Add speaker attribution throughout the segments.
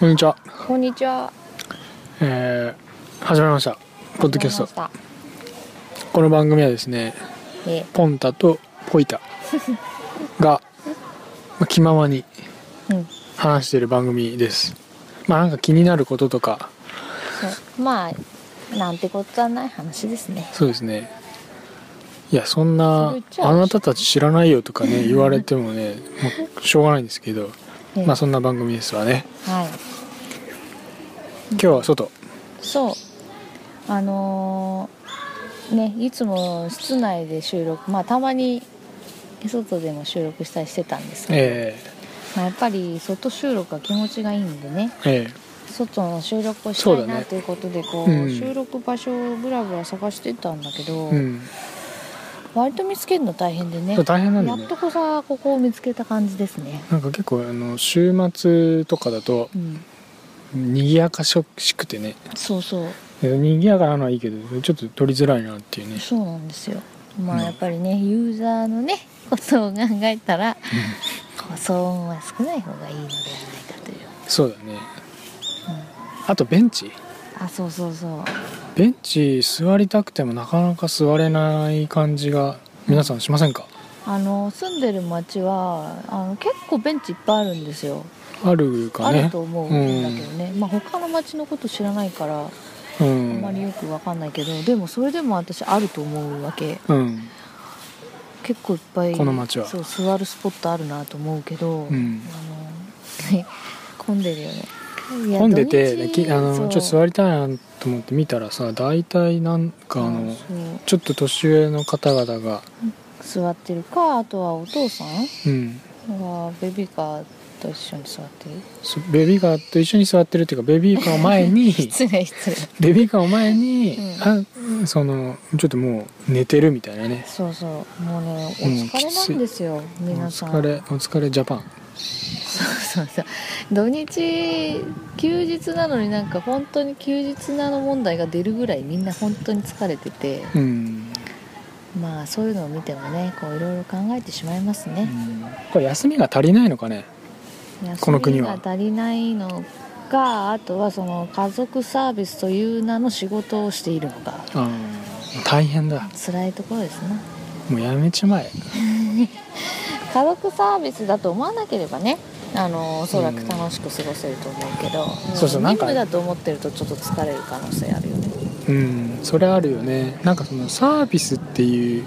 Speaker 1: こんにちは。
Speaker 2: こんにちは。
Speaker 1: えー、始まりました。ポッドキャスト。
Speaker 2: た。
Speaker 1: この番組はですね、
Speaker 2: え、
Speaker 1: ポンタとポイ タが、まあ気ままに
Speaker 2: うん、
Speaker 1: 話している番組です。まあなんか気になることとか、
Speaker 2: そう、まあ、なんてことはない話ですね。
Speaker 1: そうですね。いや、そんな
Speaker 2: それ、じゃあ
Speaker 1: あなたたち知らないよとか ね、言われてもね、もうしょうがないんですけど、
Speaker 2: え
Speaker 1: まあそんな番組ですわね。
Speaker 2: はい。
Speaker 1: 今日は外。
Speaker 2: そう。あのーね、いつも室内で収録、まあ、たまに。外でも収録したりしてたんですけど、
Speaker 1: え
Speaker 2: まあ、やっぱり外収録は気持ちがいいんでね
Speaker 1: ー、え
Speaker 2: 外の収録をし
Speaker 1: そう
Speaker 2: た
Speaker 1: だ
Speaker 2: い
Speaker 1: ね
Speaker 2: なということでこう、
Speaker 1: うん
Speaker 2: 収録場所をブラブラ探してたんだけど、
Speaker 1: ー、うん。
Speaker 2: 割と見つけるの大変でね
Speaker 1: そう大変なんだ
Speaker 2: や
Speaker 1: よ
Speaker 2: っ
Speaker 1: ね
Speaker 2: と。こさここを見つけた感じですね、
Speaker 1: なんか結構あの週末とかだと
Speaker 2: うん、
Speaker 1: 賑やかしくてね
Speaker 2: そうそう
Speaker 1: で賑やかなのはいいけどちょっと取りづらいなっていうね
Speaker 2: そうなんですよま
Speaker 1: う
Speaker 2: あ
Speaker 1: ん
Speaker 2: やっぱりね、ユーザーのねことを考えたら、こう騒音は少ない方がいいのではないかという、
Speaker 1: そうだねあとベンチ
Speaker 2: うん、あそうそうそう
Speaker 1: ベンチ座りたくてもなかなか座れない感じが皆さんしませんか
Speaker 2: あの住んでる町はあの結構ベンチいっぱいあるんですよ、
Speaker 1: あるか
Speaker 2: あ
Speaker 1: ね
Speaker 2: ると思うんだけどね、まあ他の町のこと知らないから
Speaker 1: う
Speaker 2: あんまり
Speaker 1: ん
Speaker 2: よくわかんないけど、でもそれでも私あると思うわけ
Speaker 1: うん
Speaker 2: 結構いっぱい
Speaker 1: この町は
Speaker 2: そう座るスポットあるなと思うけど、
Speaker 1: うん
Speaker 2: あの混んでるよねいや
Speaker 1: 混んでて
Speaker 2: 土日
Speaker 1: きあのち
Speaker 2: そ
Speaker 1: ょ
Speaker 2: う
Speaker 1: っと座りたいなと思って見たらさ大体なんかあ
Speaker 2: うん
Speaker 1: の
Speaker 2: そう
Speaker 1: ちょっと年上の方々が
Speaker 2: 座ってるかあとはお父さん
Speaker 1: うん
Speaker 2: がベビーカーと一緒に座ってる
Speaker 1: そうベビーカーと一緒に座ってるっていうかベビーカーを前 に
Speaker 2: 失礼失礼
Speaker 1: ベビーカーを前に、
Speaker 2: う
Speaker 1: あそのちょっともう寝てるみたいなね
Speaker 2: そうそうもうねお
Speaker 1: うん
Speaker 2: 疲れなんですよ、
Speaker 1: お
Speaker 2: 皆さん
Speaker 1: 疲れお疲れジャパン
Speaker 2: そう そうそう土日休日なのになんか本当に休日なの問題が出るぐらいみんな本当に疲れてて
Speaker 1: うん、
Speaker 2: まあそういうのを見てもねこういろいろ考えてしまいます
Speaker 1: う
Speaker 2: ね、
Speaker 1: んこれ休みが足りないのかねこの国は
Speaker 2: 休みが足りないのかあとはその家族サービスという名の仕事をしているのか
Speaker 1: あー大変だ
Speaker 2: 辛いところですね
Speaker 1: もうやめちまえ
Speaker 2: 家族サービスだと思わなければねあのおそらく楽しく過ごせると思うけど、
Speaker 1: そうそう
Speaker 2: 任
Speaker 1: なんか
Speaker 2: 務だと思ってるとちょっと疲れる可能性あるよね
Speaker 1: うんそれあるよねなんかそのサービスっていう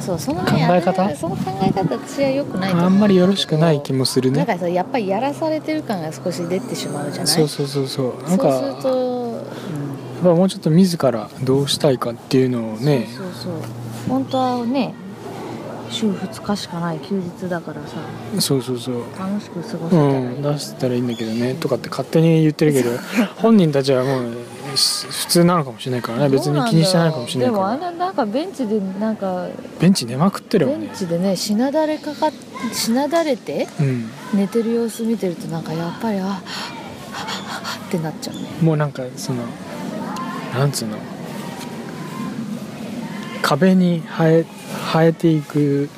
Speaker 2: そうそのね
Speaker 1: 考え方
Speaker 2: あれその考え方私は良くないと思う
Speaker 1: あんまりよろしくない気もする
Speaker 2: な
Speaker 1: ね
Speaker 2: んかさやっぱりやらされてる感が少し出てしまうじゃない
Speaker 1: そうそうそうそうなんか
Speaker 2: そうすると、
Speaker 1: やっぱもうちょっと自らどうしたいかっていうのを
Speaker 2: うん
Speaker 1: ね
Speaker 2: そうそうそう本当はね週2日しかない休日だからさ
Speaker 1: そうそうそう
Speaker 2: 楽しく過ごせたらいい、
Speaker 1: うん、出したらいいんだけどねとかって勝手に言ってるけ ど本人たちはもうす普通なのかもしれないからね別に気にしてないかもしれない
Speaker 2: でも
Speaker 1: か
Speaker 2: あん
Speaker 1: ら
Speaker 2: ななんかベンチでなんか
Speaker 1: ベンチ寝まくってる
Speaker 2: ベ
Speaker 1: もんね
Speaker 2: ンチでねしなだれかかっしなだれて
Speaker 1: うん
Speaker 2: 寝てる様子見てるとなんかやっぱりあはっはっはっってなっちゃうね
Speaker 1: もうなんかそのなんつうの壁に生え生えていく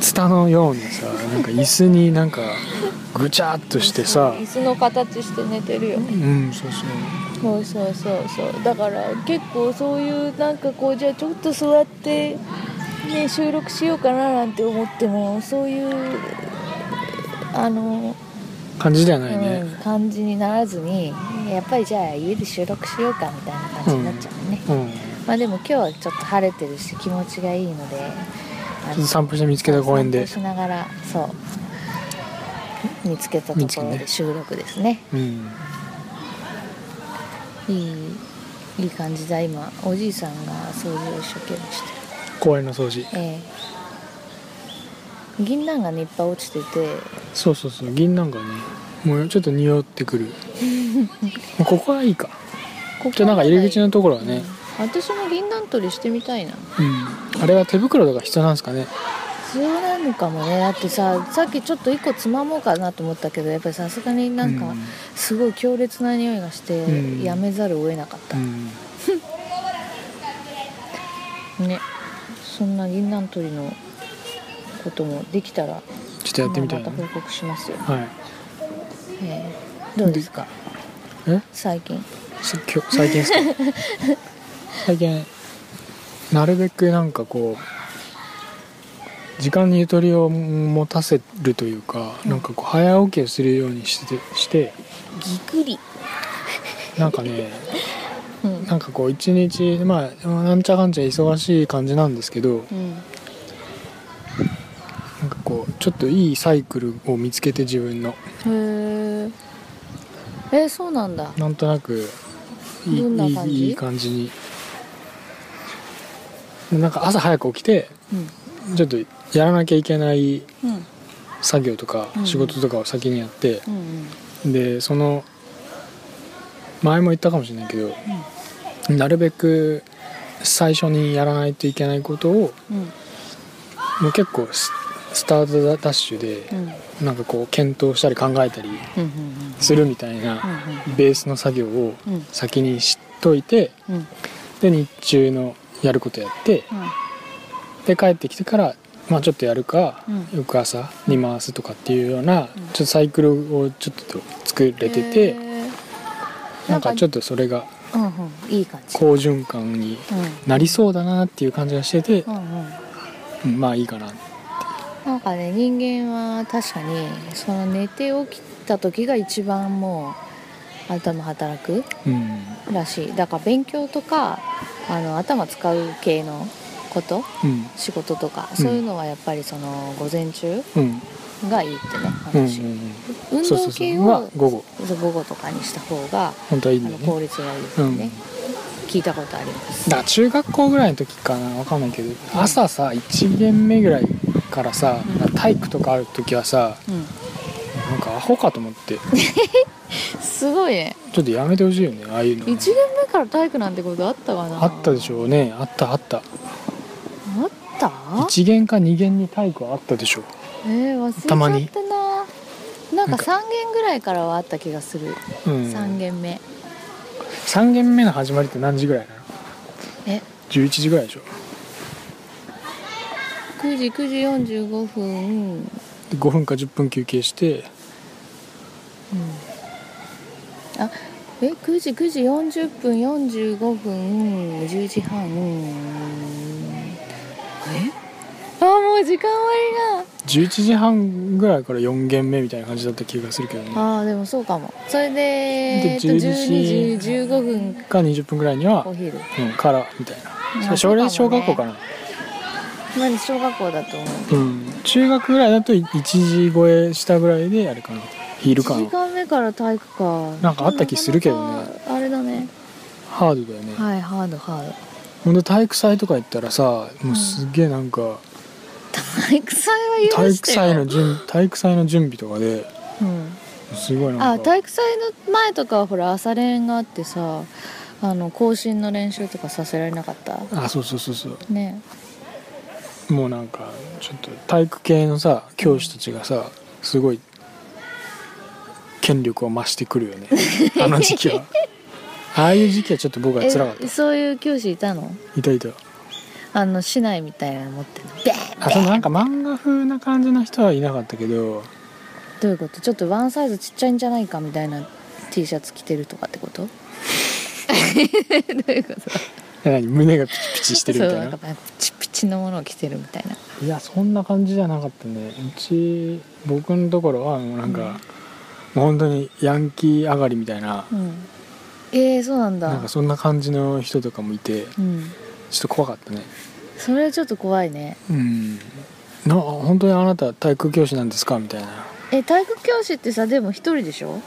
Speaker 1: ツタのようにさなんか椅子になんかぐちゃっとしてさ
Speaker 2: 椅子の形して寝てるよね
Speaker 1: うんそうそう
Speaker 2: そうそうそうそうだから結構そういうなんかこうじゃあちょっと座って、ね、収録しようかななんて思ってもそういうあの、
Speaker 1: 感じではない
Speaker 2: うん
Speaker 1: ね、
Speaker 2: 感じにならずにやっぱりじゃあ家で収録しようかみたいな感じになっちゃうね、
Speaker 1: うん、
Speaker 2: まあでも今日はちょっと晴れてるし気持ちがいいのであの
Speaker 1: 散歩して見つけた公園で
Speaker 2: 散歩しながらそう見つけたと
Speaker 1: 見つけ
Speaker 2: ころ
Speaker 1: ね
Speaker 2: で収録ですね
Speaker 1: うん
Speaker 2: いいいい感じだ今おじいさんが掃除を一生懸命して
Speaker 1: 公園の掃除
Speaker 2: ええ銀杏がねいっぱい落ちてて
Speaker 1: そうそうそう銀杏がねもうちょっと匂って くるもうここはいいか
Speaker 2: こ
Speaker 1: じゃあなんか入り口のところはね、
Speaker 2: うん私も銀杏取りしてみたいな
Speaker 1: うん、あれは手袋とか必要なんですかね
Speaker 2: 必要なのかもねだってささっきちょっと一個つまもうかなと思ったけどやっぱりさすがになんか
Speaker 1: うん
Speaker 2: すごい強烈な匂いがして、
Speaker 1: うん
Speaker 2: やめざるを得なかった
Speaker 1: う、ん
Speaker 2: ねそんな銀杏取りのこともできたら
Speaker 1: ちょっとやってみたい
Speaker 2: ま
Speaker 1: な
Speaker 2: あまた報告しますよ、
Speaker 1: はい
Speaker 2: ええどうですか
Speaker 1: え
Speaker 2: 最近
Speaker 1: す今日最近 ですか最近なるべくなんかこう時間にゆとりを持たせるというか、なんかこう早起きをするようにしてして
Speaker 2: ぎっくり
Speaker 1: なんかね
Speaker 2: うん
Speaker 1: なんかこう一日まあなんちゃかんちゃ忙しい感じなんですけど
Speaker 2: うん
Speaker 1: なんかこうちょっといいサイクルを見つけて自分の
Speaker 2: へええそうなんだ
Speaker 1: なんとなくいい
Speaker 2: どんな感じ
Speaker 1: いいいい感じになんか朝早く起きて
Speaker 2: うん
Speaker 1: ちょっとやらなきゃいけない
Speaker 2: うん
Speaker 1: 作業とか
Speaker 2: うん
Speaker 1: 仕事とかを先にやって
Speaker 2: う、ん
Speaker 1: でその前も言ったかもしれないけど、なるべく最初にやらないといけないことを
Speaker 2: うん
Speaker 1: もう結構ススタートダッシュで
Speaker 2: うんうん
Speaker 1: なんかこう検討したり考えたり
Speaker 2: うん
Speaker 1: するみたい
Speaker 2: うん
Speaker 1: なベースの作業を
Speaker 2: うんうん
Speaker 1: 先にしといて
Speaker 2: うんうん
Speaker 1: で日中のやることやってで帰ってきてから、まあ、ちょっとやるか、
Speaker 2: うん
Speaker 1: 翌朝に回すとかっていうような、ちょっとサイクルをちょっと作れてて、
Speaker 2: へー
Speaker 1: なんかちょっとそれが
Speaker 2: うんうんいい感じ
Speaker 1: 好循環に
Speaker 2: う
Speaker 1: なりそうだなっていう感じがしてて
Speaker 2: ん、うんうん
Speaker 1: うんまあいいかな
Speaker 2: なんかね人間は確かにその寝て起きた時が一番もう頭働く
Speaker 1: うん
Speaker 2: らしいだから勉強とかあの頭使う系のこと
Speaker 1: うん
Speaker 2: 仕事とか
Speaker 1: ん
Speaker 2: そういうのはやっぱりその午前中
Speaker 1: うん
Speaker 2: がいいってね
Speaker 1: うんうん
Speaker 2: 話、
Speaker 1: うん
Speaker 2: 運
Speaker 1: そうそ
Speaker 2: 動
Speaker 1: うそ
Speaker 2: 系
Speaker 1: うは
Speaker 2: を
Speaker 1: 午後
Speaker 2: 午後とかにした方が
Speaker 1: 本当はいい
Speaker 2: あ
Speaker 1: んだ
Speaker 2: の
Speaker 1: よね
Speaker 2: 効率がいいってね、聞いたことあります
Speaker 1: だから中学校ぐらいの時かなわかんないけど朝さ1限目ぐらいからさ、
Speaker 2: うん
Speaker 1: なんか体育とかある時はさ
Speaker 2: うん
Speaker 1: なんかアホかと思って
Speaker 2: すごいね
Speaker 1: ちょっとやめてほしいよねああいうのね、
Speaker 2: 1年目から体育なんてことあったかな
Speaker 1: あったでし
Speaker 2: ょ
Speaker 1: ょうねあったあった
Speaker 2: あった
Speaker 1: 1限か2限に体育はあったでしょう
Speaker 2: えー、忘れちゃったた
Speaker 1: ま
Speaker 2: な
Speaker 1: に
Speaker 2: なん
Speaker 1: なん
Speaker 2: か
Speaker 1: か
Speaker 2: 3軒ぐらいからはあった気がする、
Speaker 1: うん
Speaker 2: 3軒目
Speaker 1: 3限目の始まりって何時ぐらいなの
Speaker 2: え
Speaker 1: 11時ぐらいでしょ
Speaker 2: 9時9時45分、うん、
Speaker 1: で5分か10分休憩して
Speaker 2: あえ9時9時40分45分10時半えあもう時間終わ
Speaker 1: 11時半ぐらいから4限目みたいな感じだった気がするけど
Speaker 2: り
Speaker 1: ね
Speaker 2: があーでもそうかもそれでえっと
Speaker 1: 12時
Speaker 2: 12時15分
Speaker 1: か20分ぐらいには
Speaker 2: お、昼
Speaker 1: うん、からみたい
Speaker 2: うん
Speaker 1: なそれ小
Speaker 2: そうかもね
Speaker 1: 学校かな、
Speaker 2: まあ小学校だと思う
Speaker 1: うん中学ぐらいだと1時超えしたぐらいであれかな昼か
Speaker 2: 1時
Speaker 1: な
Speaker 2: 間目から体育か
Speaker 1: なんかあった気するけどね
Speaker 2: なかなかあれだね
Speaker 1: ハードだよね、
Speaker 2: はいハードハード
Speaker 1: ほ んで体育祭とか行ったらさもうすげえなんか、
Speaker 2: 体育祭は
Speaker 1: 体
Speaker 2: 許し
Speaker 1: 育
Speaker 2: て
Speaker 1: 祭の
Speaker 2: よ、
Speaker 1: 準体育祭の準備とかで
Speaker 2: う
Speaker 1: すごいなん
Speaker 2: ん、
Speaker 1: か
Speaker 2: あ体育祭の前とかはほら朝練があってさあの更新の練習とかさせられなかった
Speaker 1: あそうそうそうそう
Speaker 2: ね
Speaker 1: もうなんかちょっと体育系のさ教師たちがさすごい権力を増してくるよ ねあの時期はああいう時期はちょっと僕は辛かった
Speaker 2: えそういう教師いたの
Speaker 1: いたいた
Speaker 2: あの市内みたいなの持ってるのベーン
Speaker 1: あとなんか漫画風な感じの人はいなかったけど
Speaker 2: どういうことちょっとワンサイズちっちゃいんじゃないかみたいな T シャツ着てるとかってことどういうこと
Speaker 1: え何胸がピチピチしてるみ
Speaker 2: そ
Speaker 1: た
Speaker 2: う
Speaker 1: い
Speaker 2: な
Speaker 1: なん
Speaker 2: かピチピチのものを着てるみたいない
Speaker 1: やそんな感じじゃなかったねうち僕のところはもうなんか、
Speaker 2: うん
Speaker 1: もう本当にヤンキー上がりみたいな
Speaker 2: うんえー、そうなんだ
Speaker 1: なんかそんな感じの人とかもいて
Speaker 2: うん
Speaker 1: ちょっと怖かったね
Speaker 2: それはちょっと怖いね
Speaker 1: うんな本当にあなた体育教師なんですかみたいな
Speaker 2: え体育教師ってさでも一人でしょ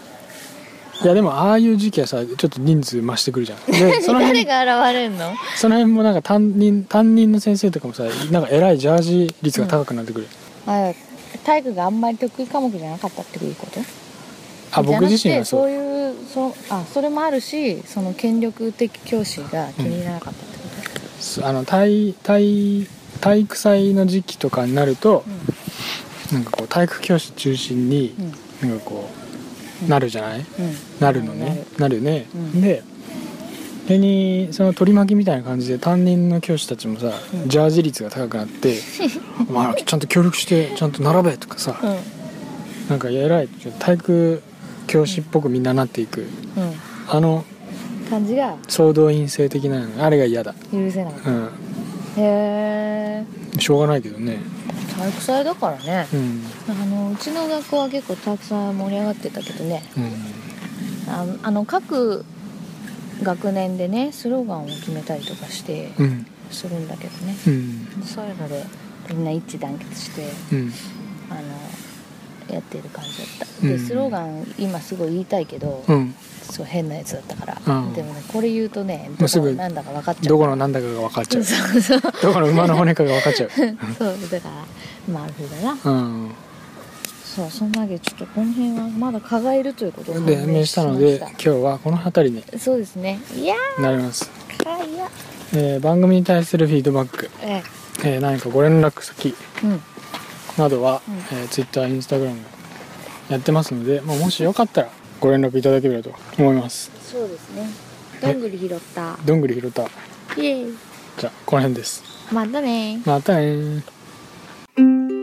Speaker 1: いやでもああいう時期はさちょっと人数増してくるじゃんで その
Speaker 2: 誰
Speaker 1: 辺
Speaker 2: が現れんの
Speaker 1: その辺もなんか担任担任の先生とかもさなんか偉いジャージ率が高くなってくる、
Speaker 2: あ体育があんまり得意科目じゃなかったっていうこと
Speaker 1: あ僕自身は
Speaker 2: そ
Speaker 1: そう
Speaker 2: ういうそあそれもあるしその権力的教師が気に入らなかったってこと
Speaker 1: そうあの体体体育祭の時期とかになると、なんかこう体育教師中心に
Speaker 2: うんうん
Speaker 1: なんかこうなるじゃない、
Speaker 2: うん
Speaker 1: なるのねなるよね、
Speaker 2: うん
Speaker 1: でそれにその取り巻きみたいな感じで担任の教師たちもさ、
Speaker 2: うん
Speaker 1: ジャージ率が高くな って「お前らちゃんと協力してちゃんと並べ」とかさ、
Speaker 2: うん
Speaker 1: なんか偉い体育教師っぽくみんななっていく
Speaker 2: う
Speaker 1: あの
Speaker 2: ん、感じが
Speaker 1: 総動員性的なのあれが嫌だ
Speaker 2: 許せない
Speaker 1: うん
Speaker 2: へえ
Speaker 1: しょうがないけどね
Speaker 2: 体育祭だからね
Speaker 1: うん
Speaker 2: あのうちの学校は結構体育祭盛り上がってたけどね
Speaker 1: うん
Speaker 2: あのあの各学年でねスローガンを決めたりとかして
Speaker 1: うん
Speaker 2: するんだけどね
Speaker 1: うん
Speaker 2: そういうのでみんな一致団結して
Speaker 1: うん
Speaker 2: あのやってる感じだった、
Speaker 1: う
Speaker 2: で
Speaker 1: ん
Speaker 2: スローガン今すごい言いたいけど、
Speaker 1: うん
Speaker 2: そう変なやつだったから、
Speaker 1: うん
Speaker 2: でもねこれ言うとね
Speaker 1: も
Speaker 2: ど
Speaker 1: うす
Speaker 2: こ
Speaker 1: ぐ
Speaker 2: がなんだか分かっちゃう
Speaker 1: どこのなんだかが分かっちゃう
Speaker 2: そうそう
Speaker 1: どこの馬の骨かが分かっちゃ
Speaker 2: そうだからまああれだな
Speaker 1: ううん
Speaker 2: そうそんなわけでちょっとこの辺はまだ蚊がいるということを判
Speaker 1: で判明
Speaker 2: 明
Speaker 1: し
Speaker 2: したた
Speaker 1: の
Speaker 2: の
Speaker 1: で
Speaker 2: で
Speaker 1: 今日はこの辺りに
Speaker 2: そうですねいや
Speaker 1: なります、
Speaker 2: ー蚊いや
Speaker 1: えー番組に対するフィードバック、
Speaker 2: え
Speaker 1: えー何かご連絡先
Speaker 2: えうん
Speaker 1: などは、
Speaker 2: うん
Speaker 1: えー、Twitter、Instagram やってますので、まあ、もしよかったらご連絡いただければと思います
Speaker 2: そうですねどんぐり拾った
Speaker 1: どんぐりひろた
Speaker 2: イエーイ
Speaker 1: じゃあこの辺です
Speaker 2: またねー
Speaker 1: またねー